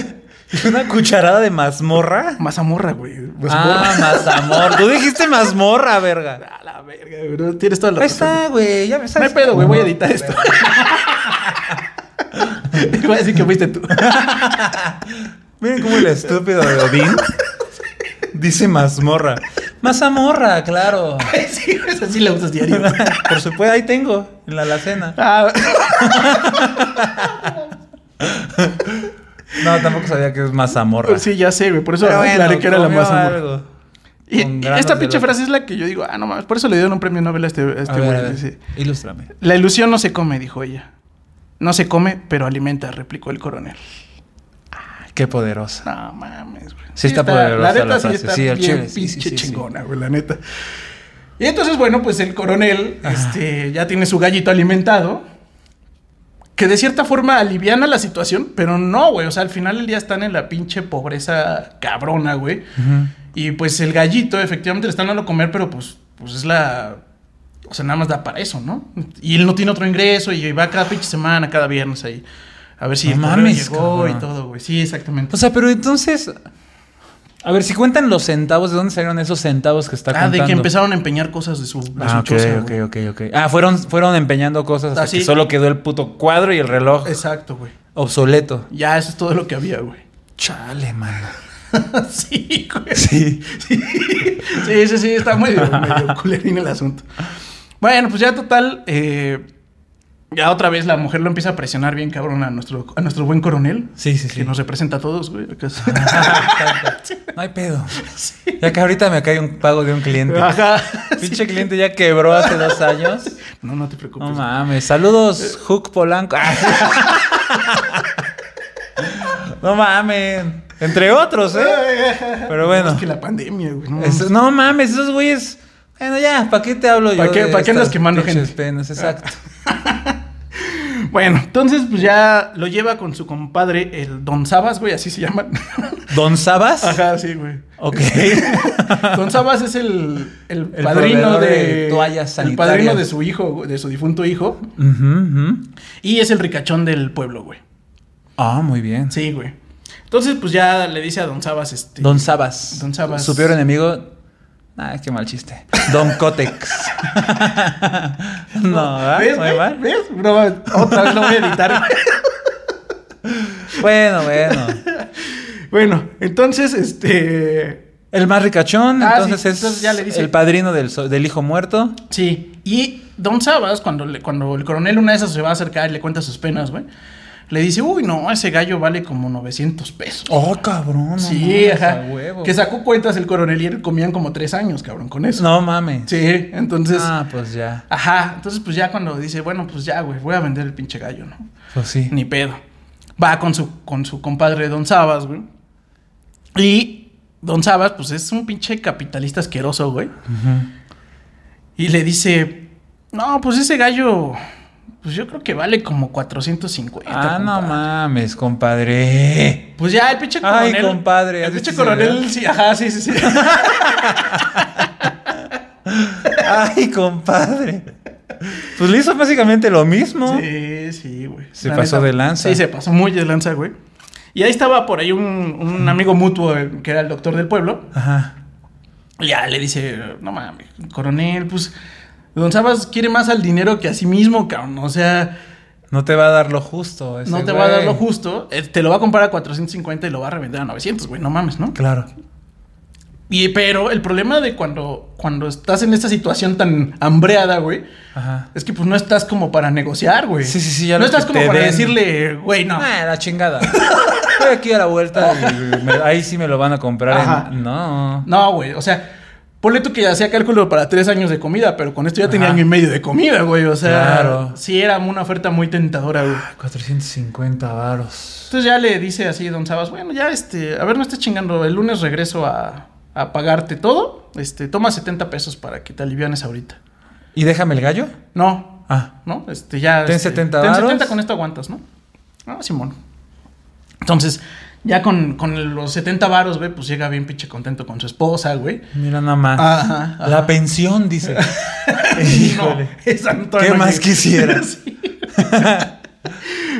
Speaker 2: ¿una cucharada de mazmorra?
Speaker 1: Mazamorra, güey. mazamorra.
Speaker 2: Ah, mazamorra. Tú dijiste mazmorra, verga.
Speaker 1: A la verga, güey. no, Tienes toda la
Speaker 2: Ahí
Speaker 1: razón.
Speaker 2: está, güey. Ya me
Speaker 1: No hay
Speaker 2: sabes.
Speaker 1: pedo, güey, voy a editar esto. voy a decir que fuiste tú.
Speaker 2: Miren cómo el estúpido de Odín dice mazmorra. Mazamorra, claro.
Speaker 1: sí, esa sí la usas diario.
Speaker 2: Por supuesto, ahí tengo, en la alacena.
Speaker 1: Ah,
Speaker 2: No, tampoco sabía que es mazamorra.
Speaker 1: pues sí, ya sé, güey. Por eso
Speaker 2: Pero
Speaker 1: aclaré
Speaker 2: bueno,
Speaker 1: que era la
Speaker 2: comió
Speaker 1: más amor.
Speaker 2: algo.
Speaker 1: Y,
Speaker 2: Con
Speaker 1: y
Speaker 2: granos
Speaker 1: esta
Speaker 2: de
Speaker 1: pinche
Speaker 2: lote.
Speaker 1: frase es la que yo digo, ah, no mames, por eso le dieron un premio Nobel a este, a este
Speaker 2: A ver, a
Speaker 1: güey.
Speaker 2: ver,
Speaker 1: Dice,
Speaker 2: Ilústrame.
Speaker 1: La ilusión no se come, dijo ella. No se come, pero alimenta, replicó el coronel.
Speaker 2: Qué poderosa.
Speaker 1: No mames, güey.
Speaker 2: Sí está poderosa
Speaker 1: La neta
Speaker 2: la
Speaker 1: sí
Speaker 2: frase.
Speaker 1: está
Speaker 2: Sí, al
Speaker 1: bien
Speaker 2: chile, sí,
Speaker 1: pinche
Speaker 2: sí, sí, sí.
Speaker 1: chingona, güey, la neta. Y entonces, bueno, pues el coronel este, ya tiene su gallito alimentado. Que de cierta forma aliviana la situación, pero no, güey. O sea, al final del día están en la pinche pobreza cabrona, güey.
Speaker 2: Ujú.
Speaker 1: Y pues el gallito, efectivamente, le están dando a comer, pero pues, pues es la. O sea, nada más da para eso, ¿no? Y él no tiene otro ingreso y va cada pinche semana, cada viernes ahí. A ver si
Speaker 2: No
Speaker 1: el correo
Speaker 2: mames,
Speaker 1: llegó
Speaker 2: cabrón.
Speaker 1: y todo, güey. Sí, exactamente.
Speaker 2: O sea, pero entonces. A ver, si cuentan los centavos, ¿de dónde salieron esos centavos que está
Speaker 1: ah,
Speaker 2: contando?
Speaker 1: de que empezaron a empeñar cosas de su, de su
Speaker 2: Ah, ok,
Speaker 1: choza,
Speaker 2: ok,
Speaker 1: güey.
Speaker 2: ok, ok. Ah, fueron, fueron empeñando cosas hasta
Speaker 1: Ah, sí.
Speaker 2: que solo quedó el puto cuadro y el reloj
Speaker 1: Exacto, güey.
Speaker 2: obsoleto.
Speaker 1: Ya, eso es todo lo que había, güey.
Speaker 2: Chale, mano.
Speaker 1: sí, güey.
Speaker 2: Sí.
Speaker 1: Sí, sí, sí, está medio, medio culerín el asunto. Bueno, pues ya total, eh, ya otra vez la mujer lo empieza a presionar bien cabrón a nuestro, a nuestro buen coronel.
Speaker 2: Sí, sí, sí. Ah,
Speaker 1: Que nos representa a todos, güey. acá es-
Speaker 2: No hay pedo. Ya que ahorita me cae un pago de un cliente.
Speaker 1: Ajá.
Speaker 2: Pinche cliente ya quebró hace dos años.
Speaker 1: No, no te
Speaker 2: No
Speaker 1: preocupes.
Speaker 2: mames. Saludos, Hook Polanco. Ah, no mames. Entre otros, ¿eh? Pero bueno.
Speaker 1: Es que la pandemia, güey. no
Speaker 2: Eso-
Speaker 1: mames.
Speaker 2: no mames, esos güeyes. Bueno, ya, ¿para qué te hablo
Speaker 1: ¿Pa'
Speaker 2: yo?
Speaker 1: qué-
Speaker 2: de
Speaker 1: pa' qué andas
Speaker 2: estas
Speaker 1: quemando
Speaker 2: pinches
Speaker 1: gente?
Speaker 2: penas? exacto.
Speaker 1: Bueno, entonces pues ya lo lleva con su compadre, el Don Sabas, güey, así se llaman.
Speaker 2: ¿Don Sabas?
Speaker 1: Ajá, sí, güey.
Speaker 2: Ok.
Speaker 1: Don Sabas es el, el
Speaker 2: El
Speaker 1: padrino
Speaker 2: proveedor
Speaker 1: de,
Speaker 2: de toallas
Speaker 1: El
Speaker 2: sanitarias.
Speaker 1: padrino de su hijo, güey, de su difunto hijo.
Speaker 2: Ujú, ujú.
Speaker 1: Y es el ricachón del pueblo, güey.
Speaker 2: Ah, muy bien.
Speaker 1: Sí, güey. Entonces, pues ya le dice a Don Sabas, este.
Speaker 2: Don Sabas.
Speaker 1: Don Sabas.
Speaker 2: Su peor enemigo. Ah, qué mal chiste. Don Cotex. no, ¿verdad?
Speaker 1: ¿Ves,
Speaker 2: Muy
Speaker 1: güey?
Speaker 2: mal.
Speaker 1: ¿Ves? No, otra vez lo voy a editar.
Speaker 2: Bueno, bueno.
Speaker 1: bueno, entonces, este.
Speaker 2: El más ricachón,
Speaker 1: Ah, sí,
Speaker 2: entonces es
Speaker 1: entonces ya le dice-
Speaker 2: el padrino del, so- del hijo muerto.
Speaker 1: Sí, y Don Sabas, cuando, le- cuando el coronel una de esas se va a acercar y le cuenta sus penas, güey, le dice, uy, no, ese gallo vale como 900 pesos.
Speaker 2: Oh, cabrón. no
Speaker 1: sí,
Speaker 2: mames,
Speaker 1: ajá.
Speaker 2: a huevo.
Speaker 1: Que sacó cuentas el coronel y él comían como tres años, cabrón, con eso.
Speaker 2: No mames.
Speaker 1: Sí, entonces,
Speaker 2: ah, pues ya.
Speaker 1: ajá, entonces pues ya cuando dice, bueno, pues ya, güey, voy a vender el pinche gallo, ¿no?
Speaker 2: Pues sí.
Speaker 1: Ni pedo. Va con su, con su compadre Don Sabas, güey. Y Don Sabas, pues es un pinche capitalista asqueroso, güey.
Speaker 2: Ujú.
Speaker 1: Y le dice, no, pues ese gallo, pues yo creo que vale como 450.
Speaker 2: Ah, no
Speaker 1: compadre".
Speaker 2: mames, compadre.
Speaker 1: Pues ya, el pinche
Speaker 2: Ay,
Speaker 1: coronel.
Speaker 2: compadre,
Speaker 1: El
Speaker 2: así
Speaker 1: pinche
Speaker 2: se
Speaker 1: coronel,
Speaker 2: ve.
Speaker 1: sí, ajá, sí, sí, sí.
Speaker 2: Ay, compadre. Pues le hizo básicamente lo mismo.
Speaker 1: sí, sí, güey.
Speaker 2: Se pasó de lanza.
Speaker 1: Sí, se pasó muy de lanza, güey. Y ahí estaba por ahí un, un amigo mutuo eh, que era el doctor del pueblo.
Speaker 2: Ajá.
Speaker 1: Y Ya le dice, no mames, coronel, pues Don Sabas quiere más al dinero que a sí mismo, cabrón. O sea,
Speaker 2: No te va a dar lo justo. ese
Speaker 1: no te va a dar
Speaker 2: Pues güey.
Speaker 1: lo justo. eh, Te lo va a comprar a 450 y lo va a revender a 900, güey. No mames, ¿no?
Speaker 2: Claro.
Speaker 1: Y pero el problema de cuando, cuando estás en esta situación tan hambreada, güey,
Speaker 2: Ajá.
Speaker 1: es que pues no estás como para negociar, güey.
Speaker 2: Sí, sí, sí, ya
Speaker 1: No
Speaker 2: lo
Speaker 1: estás
Speaker 2: que
Speaker 1: como
Speaker 2: te
Speaker 1: para
Speaker 2: den.
Speaker 1: decirle, güey, no.
Speaker 2: Ah, la chingada. Estoy aquí a la vuelta y me- ahí sí me lo van a comprar. en-
Speaker 1: Ajá.
Speaker 2: No.
Speaker 1: No, güey, o sea, ponle tú que hacía cálculo para tres años de comida, pero con esto ya tenía
Speaker 2: Ajá.
Speaker 1: año y medio de comida, güey, o sea,
Speaker 2: Claro.
Speaker 1: sí era una oferta muy tentadora, güey.
Speaker 2: 450 varos.
Speaker 1: Entonces ya le dice así Don Sabas, bueno, ya este, a ver, no estés chingando, el lunes regreso a, a pagarte todo, este, toma 70 pesos para que te alivianes ahorita.
Speaker 2: ¿Y déjame el gallo?
Speaker 1: No,
Speaker 2: Ah.
Speaker 1: ¿no? Este, ya.
Speaker 2: Ten
Speaker 1: este,
Speaker 2: 70
Speaker 1: ten
Speaker 2: varos.
Speaker 1: 70 con esto aguantas, ¿no? Ah, Simón. Entonces, ya con, con los 70 varos, güey, pues llega bien pinche contento con su esposa, güey.
Speaker 2: Mira nada más.
Speaker 1: Ajá, ajá.
Speaker 2: Ah, La pensión, dice. Híjole.
Speaker 1: Ah, No, esa no-
Speaker 2: ¿Qué
Speaker 1: todavía no
Speaker 2: más
Speaker 1: llega.
Speaker 2: quisieras?
Speaker 1: Sí.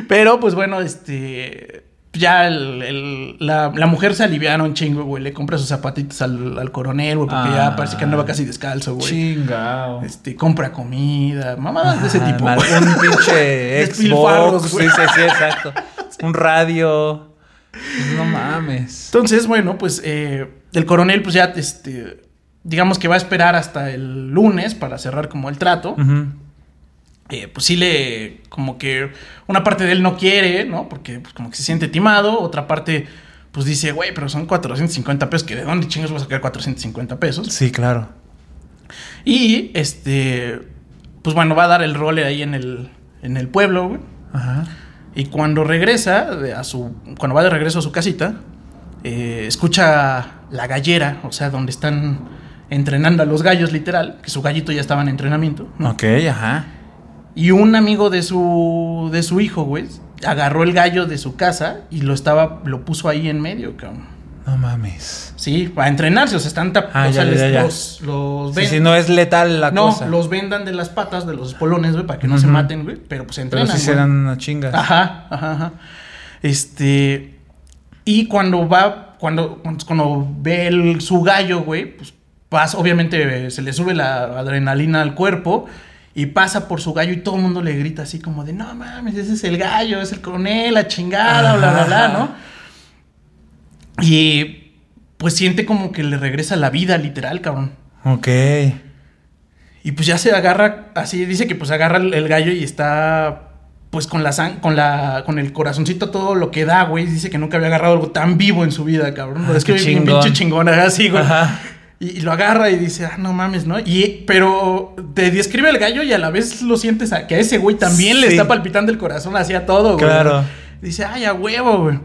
Speaker 1: Pero, pues bueno, este. Ya el- el- la, la mujer se aliviana un chingo, güey. Le compra sus zapatitos al, al coronel, güey, porque
Speaker 2: Ah.
Speaker 1: ya parece que andaba casi descalzo, güey.
Speaker 2: Chingao.
Speaker 1: Este, compra comida, mamadas de ese
Speaker 2: Ah,
Speaker 1: tipo.
Speaker 2: mal-
Speaker 1: güey.
Speaker 2: Un pinche
Speaker 1: Despilfarros,
Speaker 2: Xbox. Sí,
Speaker 1: güey.
Speaker 2: sí, sí, exacto. Un radio. No mames.
Speaker 1: Entonces, bueno, pues eh, el coronel, pues ya, este, digamos que va a esperar hasta el lunes para cerrar como el trato.
Speaker 2: Ujú.
Speaker 1: Eh, pues sí le, como que una parte de él no quiere, ¿no? Porque pues, como que se siente timado, otra parte, pues dice, güey, pero son 450 pesos, que de dónde chingas voy a sacar 450 pesos.
Speaker 2: Sí, claro.
Speaker 1: Y, este, pues bueno, va a dar el role ahí en el, en el pueblo, güey.
Speaker 2: Ajá.
Speaker 1: Y cuando regresa de- a su. Cuando va de regreso a su casita, eh, escucha la gallera, o sea, donde están entrenando a los gallos, literal, que su gallito ya estaba en entrenamiento. ¿no?
Speaker 2: Ok, ajá.
Speaker 1: Y un amigo de su. de su hijo, güey, agarró el gallo de su casa y lo estaba. lo puso ahí en medio, cabrón.
Speaker 2: No mames.
Speaker 1: Sí, para entrenarse, o sea, están tap-
Speaker 2: Ah,
Speaker 1: o
Speaker 2: ya,
Speaker 1: sea,
Speaker 2: ya,
Speaker 1: les-
Speaker 2: ya, ya.
Speaker 1: los, los
Speaker 2: Si
Speaker 1: ven-
Speaker 2: no es letal la
Speaker 1: no,
Speaker 2: cosa.
Speaker 1: los vendan de las patas, de los espolones, güey, para que no se
Speaker 2: Ujú.
Speaker 1: maten, güey. Pero pues
Speaker 2: Pero
Speaker 1: entrenan.
Speaker 2: sí se
Speaker 1: güey. Ah.
Speaker 2: dan una chinga.
Speaker 1: Ajá, ajá, ajá. Este. Y cuando va, cuando, cuando ve el- su gallo, güey, pues pasa, obviamente eh, se le sube la adrenalina al cuerpo y pasa por su gallo y todo el mundo le grita así como de, no mames, ese es el gallo, es el coronel, la chingada, bla, bla, bla,
Speaker 2: Ajá.
Speaker 1: ¿no? Y pues siente como que le regresa la vida, literal, cabrón.
Speaker 2: Ok.
Speaker 1: Y pues ya se agarra, así dice que pues agarra el, el gallo y está pues con la san- con la con el corazoncito todo lo que da, güey. Dice que nunca había agarrado algo tan vivo en su vida, cabrón.
Speaker 2: Ah,
Speaker 1: es que
Speaker 2: qué
Speaker 1: bien
Speaker 2: chingón.
Speaker 1: pinche chingona, así, güey.
Speaker 2: Ajá.
Speaker 1: Y, y lo agarra y dice, ah, no mames, ¿no? Y pero te describe el gallo y a la vez lo sientes a, que a ese güey también le
Speaker 2: Sí.
Speaker 1: está palpitando el corazón así a todo, güey.
Speaker 2: Claro.
Speaker 1: Dice, ay, a huevo, güey.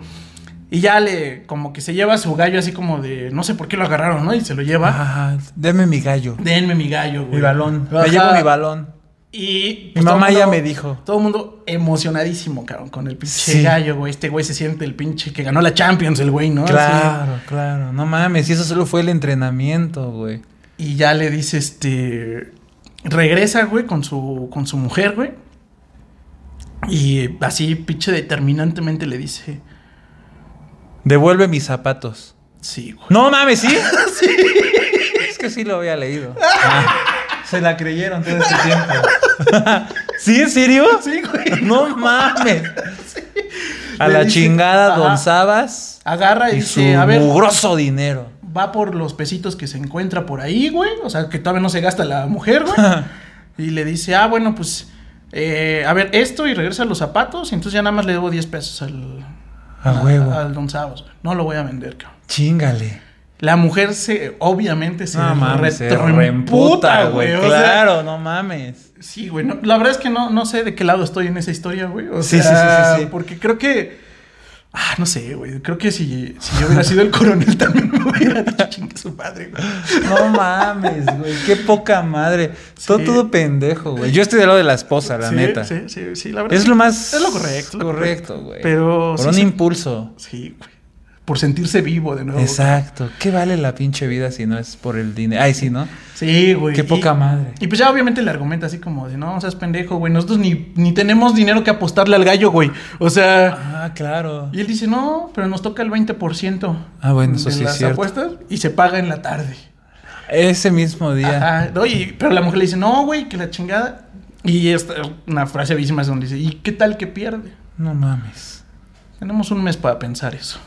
Speaker 1: Y ya le, como que se lleva a su gallo así como de, no sé por qué lo agarraron, ¿no? Y se lo lleva.
Speaker 2: Ajá. Deme mi gallo.
Speaker 1: Denme mi gallo, güey.
Speaker 2: Mi balón.
Speaker 1: Ajá.
Speaker 2: Me llevo mi balón.
Speaker 1: Y pues,
Speaker 2: Mi
Speaker 1: todo
Speaker 2: mamá
Speaker 1: el
Speaker 2: ya me dijo.
Speaker 1: Todo el mundo emocionadísimo, cabrón, con el pinche
Speaker 2: Sí.
Speaker 1: gallo, güey. Este güey se siente el pinche que ganó la Champions, el güey, ¿no?
Speaker 2: claro, claro. No mames. Y eso solo fue el entrenamiento, güey.
Speaker 1: Así. Y ya le dice, este. Regresa, güey, con su, con su mujer, güey. Y así, pinche determinantemente le dice,
Speaker 2: Devuelve mis zapatos.
Speaker 1: sí, güey.
Speaker 2: No mames, ¿sí? sí. Es que sí lo había leído. Ah, se la creyeron todo este tiempo. ¿Sí? ¿En serio?
Speaker 1: Sí, güey.
Speaker 2: No mames. A
Speaker 1: Le
Speaker 2: la
Speaker 1: dice-
Speaker 2: chingada,
Speaker 1: Ajá.
Speaker 2: Don Sabas.
Speaker 1: Agarra y,
Speaker 2: Y su
Speaker 1: dice, a ver.
Speaker 2: mugroso dinero.
Speaker 1: Va por los pesitos que se encuentra por ahí, güey. O sea, que todavía no se gasta la mujer, güey. Y le dice, ah, bueno, pues, eh, a ver, esto y regresa los zapatos. Y entonces ya nada más le debo 10 pesos al,
Speaker 2: A huevo.
Speaker 1: al don Sabas. güey. No lo voy a vender, cabrón.
Speaker 2: Chingale.
Speaker 1: La mujer se, obviamente, se
Speaker 2: no mames, se
Speaker 1: reemputa,
Speaker 2: reemputa,
Speaker 1: güey. o sea,
Speaker 2: Claro, no mames.
Speaker 1: sí, güey. no- la verdad es que no, no sé de qué lado estoy en esa historia, güey. O
Speaker 2: Sí, sí,
Speaker 1: sea,
Speaker 2: sí, sí, sí.
Speaker 1: porque creo que. Ah, no sé, güey. Creo que si, si yo hubiera sido el coronel también me hubiera dicho chingue su padre, güey.
Speaker 2: No mames, güey. Qué poca madre. Todo,
Speaker 1: Sí.
Speaker 2: todo pendejo, güey. Yo estoy del lado de la esposa, la
Speaker 1: sí,
Speaker 2: neta.
Speaker 1: Sí, sí, sí, la verdad.
Speaker 2: Es lo más.
Speaker 1: Es lo correcto. es lo
Speaker 2: Correcto, güey.
Speaker 1: Pero.
Speaker 2: Por
Speaker 1: sí
Speaker 2: un
Speaker 1: se-
Speaker 2: impulso.
Speaker 1: Sí, güey. Por sentirse vivo de nuevo.
Speaker 2: Exacto. ¿Qué vale la pinche vida si no es por el dinero? Ay, sí, ¿no?
Speaker 1: Sí, güey. y-
Speaker 2: Qué poca madre.
Speaker 1: Y pues ya obviamente le argumenta así como de, no, seas pendejo, güey. Nosotros ni, ni tenemos dinero que apostarle al gallo, güey. O sea...
Speaker 2: Ah, claro.
Speaker 1: Y él dice, no, pero nos toca el 20%
Speaker 2: Ah, bueno, eso
Speaker 1: de
Speaker 2: sí es
Speaker 1: las
Speaker 2: cierto.
Speaker 1: apuestas y se paga en la tarde.
Speaker 2: Ese mismo día.
Speaker 1: Ajá, ¿no? Y- pero la mujer le dice, no, güey, que la chingada. Y esta, una frase bellísima es donde dice, ¿y qué tal que pierde?
Speaker 2: No mames.
Speaker 1: Tenemos un mes para pensar eso.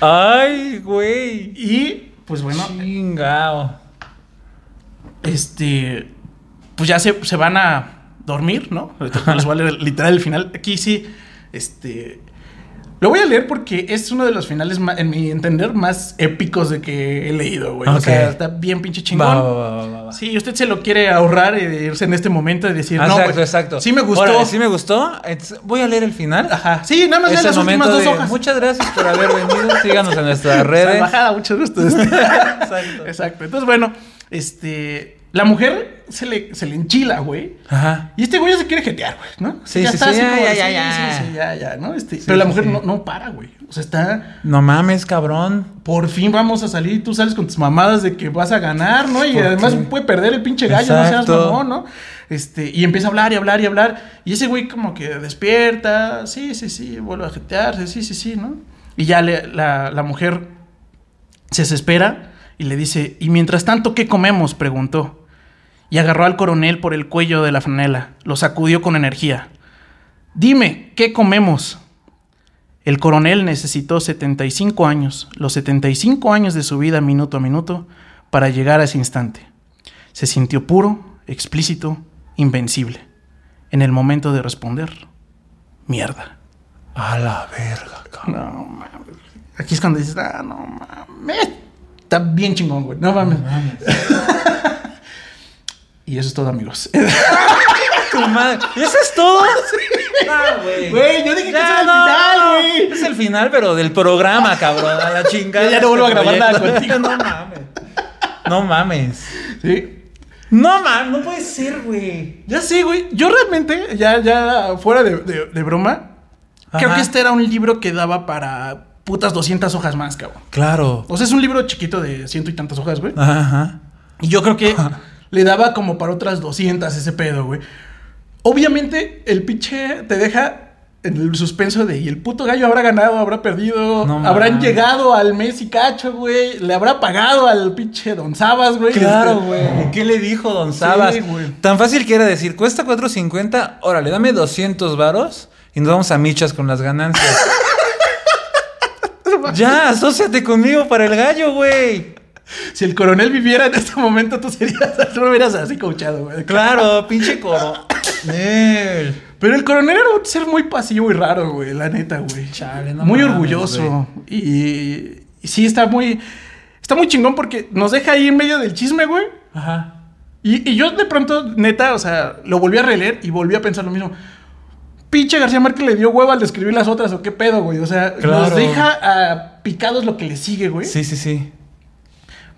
Speaker 2: Ay, güey.
Speaker 1: Y pues bueno,
Speaker 2: Chingao.
Speaker 1: este, pues ya se, se van a dormir, ¿no? Ahorita Les voy a leer el- literal el final. Aquí sí, este, Lo voy a leer porque es uno de los finales, ma- en mi entender, más épicos de que he leído, güey. O
Speaker 2: Ok.
Speaker 1: sea, está bien pinche chingón.
Speaker 2: Va, va, va, va, va, va.
Speaker 1: Sí, usted se lo quiere ahorrar y de irse en este momento y decir,
Speaker 2: Ah,
Speaker 1: no,
Speaker 2: exacto,
Speaker 1: güey,
Speaker 2: exacto.
Speaker 1: Sí me gustó.
Speaker 2: Órale, sí me gustó. Entonces, voy a leer el final.
Speaker 1: Ajá. Sí, nada más
Speaker 2: Es
Speaker 1: lean
Speaker 2: el
Speaker 1: las últimas
Speaker 2: momento
Speaker 1: dos
Speaker 2: de-
Speaker 1: hojas.
Speaker 2: Muchas gracias por haber venido. Síganos en nuestras redes.
Speaker 1: Salvajada, mucho gusto.
Speaker 2: Exacto.
Speaker 1: Exacto. Entonces, bueno, este. La mujer se le, se le enchila, güey.
Speaker 2: Ajá.
Speaker 1: Y este güey ya se quiere jetear, güey, ¿no?
Speaker 2: Sí, sí,
Speaker 1: está
Speaker 2: sí,
Speaker 1: así
Speaker 2: ya,
Speaker 1: como
Speaker 2: ya,
Speaker 1: de,
Speaker 2: ya,
Speaker 1: sí,
Speaker 2: ya.
Speaker 1: sí, sí, ya, ya, ¿no? Este, pero la
Speaker 2: sí,
Speaker 1: mujer
Speaker 2: sí.
Speaker 1: No, no para, güey. O sea, está.
Speaker 2: No mames, cabrón.
Speaker 1: Por fin vamos a salir y tú sales con tus mamadas de que vas a ganar, ¿no? Y
Speaker 2: ¿Por
Speaker 1: además
Speaker 2: qué?
Speaker 1: puede perder el pinche gallo, no seas
Speaker 2: Exacto.
Speaker 1: mamón, ¿no? Este, y empieza a hablar y hablar y hablar. Y ese güey como que despierta, sí, sí, sí, vuelve a jetearse, sí, sí, sí, ¿no? Y ya le- la, la mujer se desespera y le dice, ¿y mientras tanto qué comemos? preguntó. Y agarró al coronel por el cuello de la franela, lo sacudió con energía. Dime, ¿qué comemos? El coronel necesitó 75 años, los 75 años de su vida minuto a minuto, para llegar a ese instante. Se sintió puro, explícito, invencible. En el momento de responder, mierda.
Speaker 2: A la verga, cabrón.
Speaker 1: No mames. Aquí es cuando dices, ah, no mames. Eh, Está bien chingón, güey. No mames. y eso es todo, amigos.
Speaker 2: Tu madre. ¿Y eso es todo? Ah, güey.
Speaker 1: Güey, yo dije que ese era el final, güey.
Speaker 2: Es el final, pero del programa, cabrón. A la chingada. Este
Speaker 1: Ya, ya no vuelvo a grabar nada
Speaker 2: proyecto.
Speaker 1: contigo.
Speaker 2: No mames. No mames.
Speaker 1: sí.
Speaker 2: No mames, no puede ser, güey.
Speaker 1: Ya sé, güey. Yo realmente, ya, ya fuera de, de- de broma, creo
Speaker 2: Ajá.
Speaker 1: que este era un libro que daba para putas 200 hojas más, cabrón.
Speaker 2: Claro.
Speaker 1: O sea, es un libro chiquito de ciento y tantas hojas, güey.
Speaker 2: Ajá, Ajá.
Speaker 1: Y yo creo que le daba como para otras 200 ese pedo, güey. Obviamente, el pinche te deja en el suspenso de, y el puto gallo habrá ganado, habrá perdido,
Speaker 2: No
Speaker 1: habrán
Speaker 2: mames.
Speaker 1: llegado al mes y cacho, güey, le habrá pagado al pinche Don Sabas, güey.
Speaker 2: Claro,
Speaker 1: Este,
Speaker 2: güey. ¿Qué le dijo Don Sabas?
Speaker 1: güey.
Speaker 2: Tan fácil que era decir, cuesta 4.50, órale, dame 200 varos y nos vamos a michas con las ganancias. ya, asóciate conmigo para el gallo, güey.
Speaker 1: Si el coronel viviera en este momento, tú serías, tú lo hubieras así coachado, güey.
Speaker 2: Claro, pinche coro. Nel.
Speaker 1: Pero el coronel era un ser muy pasivo y raro, güey, la neta, güey.
Speaker 2: Chale, no
Speaker 1: muy
Speaker 2: mames,
Speaker 1: orgulloso. Y, y sí, está muy. Está muy chingón porque nos deja ahí en medio del chisme, güey.
Speaker 2: Ajá.
Speaker 1: Y, y yo de pronto, neta, o sea, lo volví a releer y volví a pensar lo mismo. Pinche García Márquez le dio hueva al describir las otras o qué pedo, güey. O sea, nos
Speaker 2: Claro.
Speaker 1: deja a picados lo que le sigue, güey.
Speaker 2: Sí, sí, sí.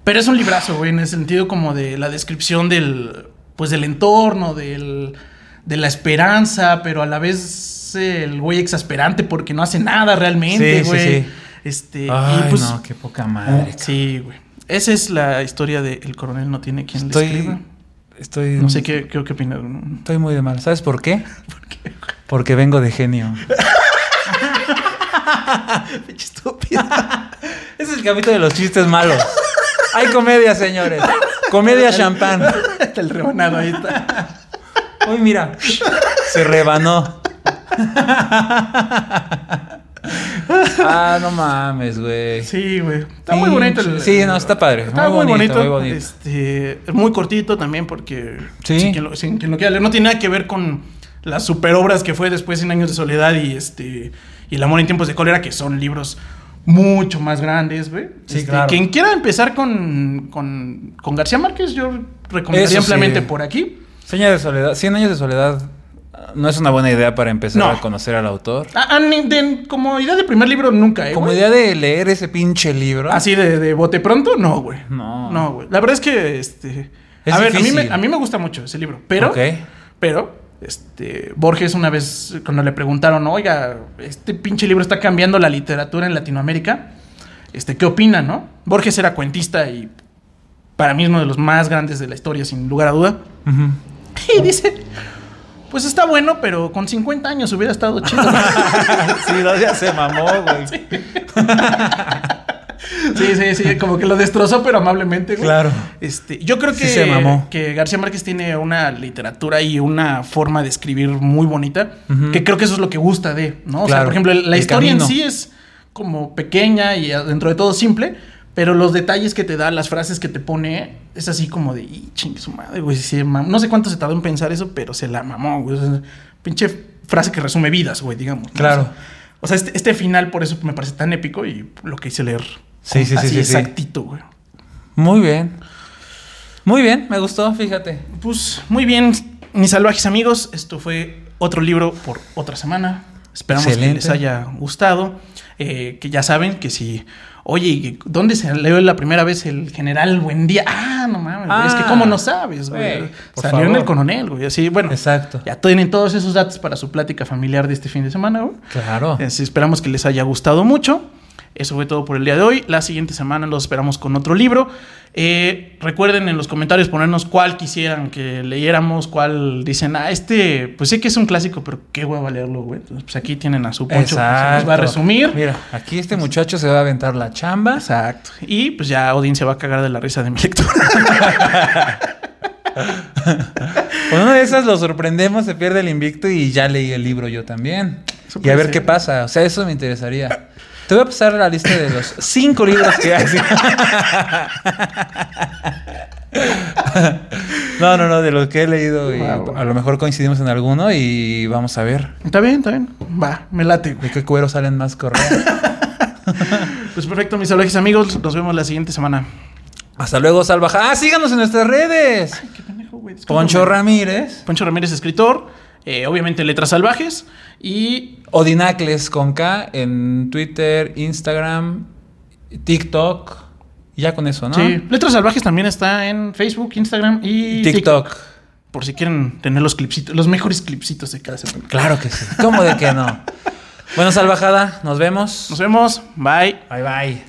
Speaker 1: Pero es un librazo, güey, en el sentido como de la descripción del, pues del entorno, del, de la esperanza, pero a la vez eh, el güey exasperante porque no hace nada realmente,
Speaker 2: Sí, sí,
Speaker 1: güey.
Speaker 2: sí.
Speaker 1: Este,
Speaker 2: Ay,
Speaker 1: y pues, oh,
Speaker 2: no, qué poca madre.
Speaker 1: sí, güey. Esa es la historia de El coronel no tiene quien le
Speaker 2: Estoy.
Speaker 1: escriba.
Speaker 2: Estoy.
Speaker 1: No sé qué, qué, qué opinas, ¿no?
Speaker 2: Estoy muy de mal. ¿Sabes por qué?
Speaker 1: ¿Por qué?
Speaker 2: Porque vengo de genio.
Speaker 1: Pinche estúpido.
Speaker 2: Ese es el capítulo de los chistes malos. Hay comedia, señores. Comedia champán.
Speaker 1: Está el rebanado ahí está.
Speaker 2: Uy, mira. Se rebanó. Ah, no mames, güey.
Speaker 1: Sí, güey. Está muy bonito el.
Speaker 2: Sí, no, está padre.
Speaker 1: Está muy,
Speaker 2: Muy
Speaker 1: bonito.
Speaker 2: bonito, muy bonito.
Speaker 1: Este, es muy cortito también porque...
Speaker 2: Sí.
Speaker 1: si quien lo, si quien lo quiera leer. No tiene nada que ver con las superobras que fue después en Años de Soledad y este... Y El Amor en Tiempos de Cólera, que son libros mucho más grandes, güey.
Speaker 2: Sí,
Speaker 1: Este,
Speaker 2: claro.
Speaker 1: Quien quiera empezar con, con, con García Márquez, yo recomendaría
Speaker 2: Eso sí.
Speaker 1: ampliamente por aquí.
Speaker 2: Sueño de soledad. 100 años de soledad ah, no es una buena idea para empezar
Speaker 1: No.
Speaker 2: a conocer al autor.
Speaker 1: Ah, ah, ni- de- como idea de primer libro, nunca, eh,
Speaker 2: Como
Speaker 1: güey. ¿Ah,
Speaker 2: idea de leer ese pinche libro.
Speaker 1: Así de, de bote pronto, no, güey.
Speaker 2: No.
Speaker 1: No, güey. La verdad es que, este...
Speaker 2: Es
Speaker 1: a ver, a mí, me,
Speaker 2: difícil.
Speaker 1: a mí me gusta mucho ese libro, pero...
Speaker 2: Ok.
Speaker 1: Pero, este, Borges una vez, cuando le preguntaron, oiga, este pinche libro está cambiando la literatura en Latinoamérica, este, ¿qué opina, no? Borges era cuentista y para mí es uno de los más grandes de la historia, sin lugar a duda.
Speaker 2: Ujú.
Speaker 1: Y dice, pues está bueno, pero con 50 años hubiera estado chido.
Speaker 2: sí, no, ya se mamó, güey.
Speaker 1: sí, sí, sí, como que lo destrozó, pero amablemente, güey.
Speaker 2: Claro.
Speaker 1: Este, yo creo
Speaker 2: Sí
Speaker 1: que,
Speaker 2: se mamó.
Speaker 1: que García Márquez tiene una literatura y una forma de escribir muy bonita,
Speaker 2: Ujú.
Speaker 1: que creo que eso es lo que gusta de, ¿no? O sea,
Speaker 2: Claro,
Speaker 1: por ejemplo, la
Speaker 2: el
Speaker 1: historia en
Speaker 2: camino.
Speaker 1: sí es como pequeña y ah, dentro de todo simple, pero los detalles que te da, las frases que te pone, es así como de, "Y, chingue su madre, güey, se mam-". no sé cuánto se tardó en pensar eso, pero se la mamó, güey. O sea, pinche frase que resume vidas, güey, digamos. ¿no?
Speaker 2: Claro.
Speaker 1: O sea, O sea, este, este final por eso me parece tan épico y lo que hice leer.
Speaker 2: Sí,
Speaker 1: con-
Speaker 2: sí, sí,
Speaker 1: así
Speaker 2: sí, sí.
Speaker 1: exactito, güey.
Speaker 2: Muy bien. Muy bien, me gustó, fíjate.
Speaker 1: Pues muy bien, mis salvajes amigos. Esto fue otro libro por otra semana. Esperamos que
Speaker 2: Excelente.
Speaker 1: les haya gustado. Eh, que ya saben que si. Oye, ¿dónde se leyó la primera vez el general Buendía? Ah, no mames, güey, Es que,
Speaker 2: Ah,
Speaker 1: ¿cómo no sabes, güey?
Speaker 2: güey, por
Speaker 1: Salió en
Speaker 2: favor.
Speaker 1: el coronel, güey. Así, bueno.
Speaker 2: Exacto.
Speaker 1: Ya tienen todos esos datos para su plática familiar de este fin de semana, güey.
Speaker 2: Claro.
Speaker 1: Así esperamos que les haya gustado mucho. Eso fue todo por el día de hoy. La siguiente semana los esperamos con otro libro. Eh, recuerden en los comentarios ponernos cuál quisieran que leyéramos, cuál dicen, ah, este, pues sé que es un clásico, pero qué hueva leerlo, güey. Entonces, pues aquí tienen a su poncho, que se nos va a resumir.
Speaker 2: Mira, aquí este muchacho se va a aventar la chamba.
Speaker 1: Exacto. Y pues ya Odín se va a cagar de la risa de mi lectura.
Speaker 2: Con Pues una de esas lo sorprendemos, se pierde el invicto y ya leí el libro yo también.
Speaker 1: Eso
Speaker 2: Y a
Speaker 1: puede
Speaker 2: ver
Speaker 1: ser.
Speaker 2: qué pasa. O sea, eso me interesaría. Te voy a pasar la lista de los cinco libros que hay. No, no, no, de los que he leído. Y
Speaker 1: Wow.
Speaker 2: A lo mejor coincidimos en alguno y vamos a ver
Speaker 1: está bien, está bien. Va, me late, güey.
Speaker 2: de qué cuero salen más correas.
Speaker 1: Pues perfecto, mis salvajes amigos. Nos vemos la siguiente semana.
Speaker 2: Hasta luego, Salvaja. Ah, síganos en nuestras redes.
Speaker 1: Qué pendejo, güey. Discúlpame.
Speaker 2: Poncho Ramírez.
Speaker 1: Poncho Ramírez, escritor. eh, obviamente, Letras Salvajes. Y
Speaker 2: Odinacles con K en Twitter, Instagram, TikTok. Y Ya con eso, ¿no?
Speaker 1: sí, Letras Salvajes también está en Facebook, Instagram y
Speaker 2: TikTok.
Speaker 1: Por si quieren tener los clipsitos, los mejores clipsitos de cada semana.
Speaker 2: Claro que sí. ¿Cómo de que no? bueno, Salvajada, nos vemos.
Speaker 1: Nos vemos. Bye.
Speaker 2: Bye bye.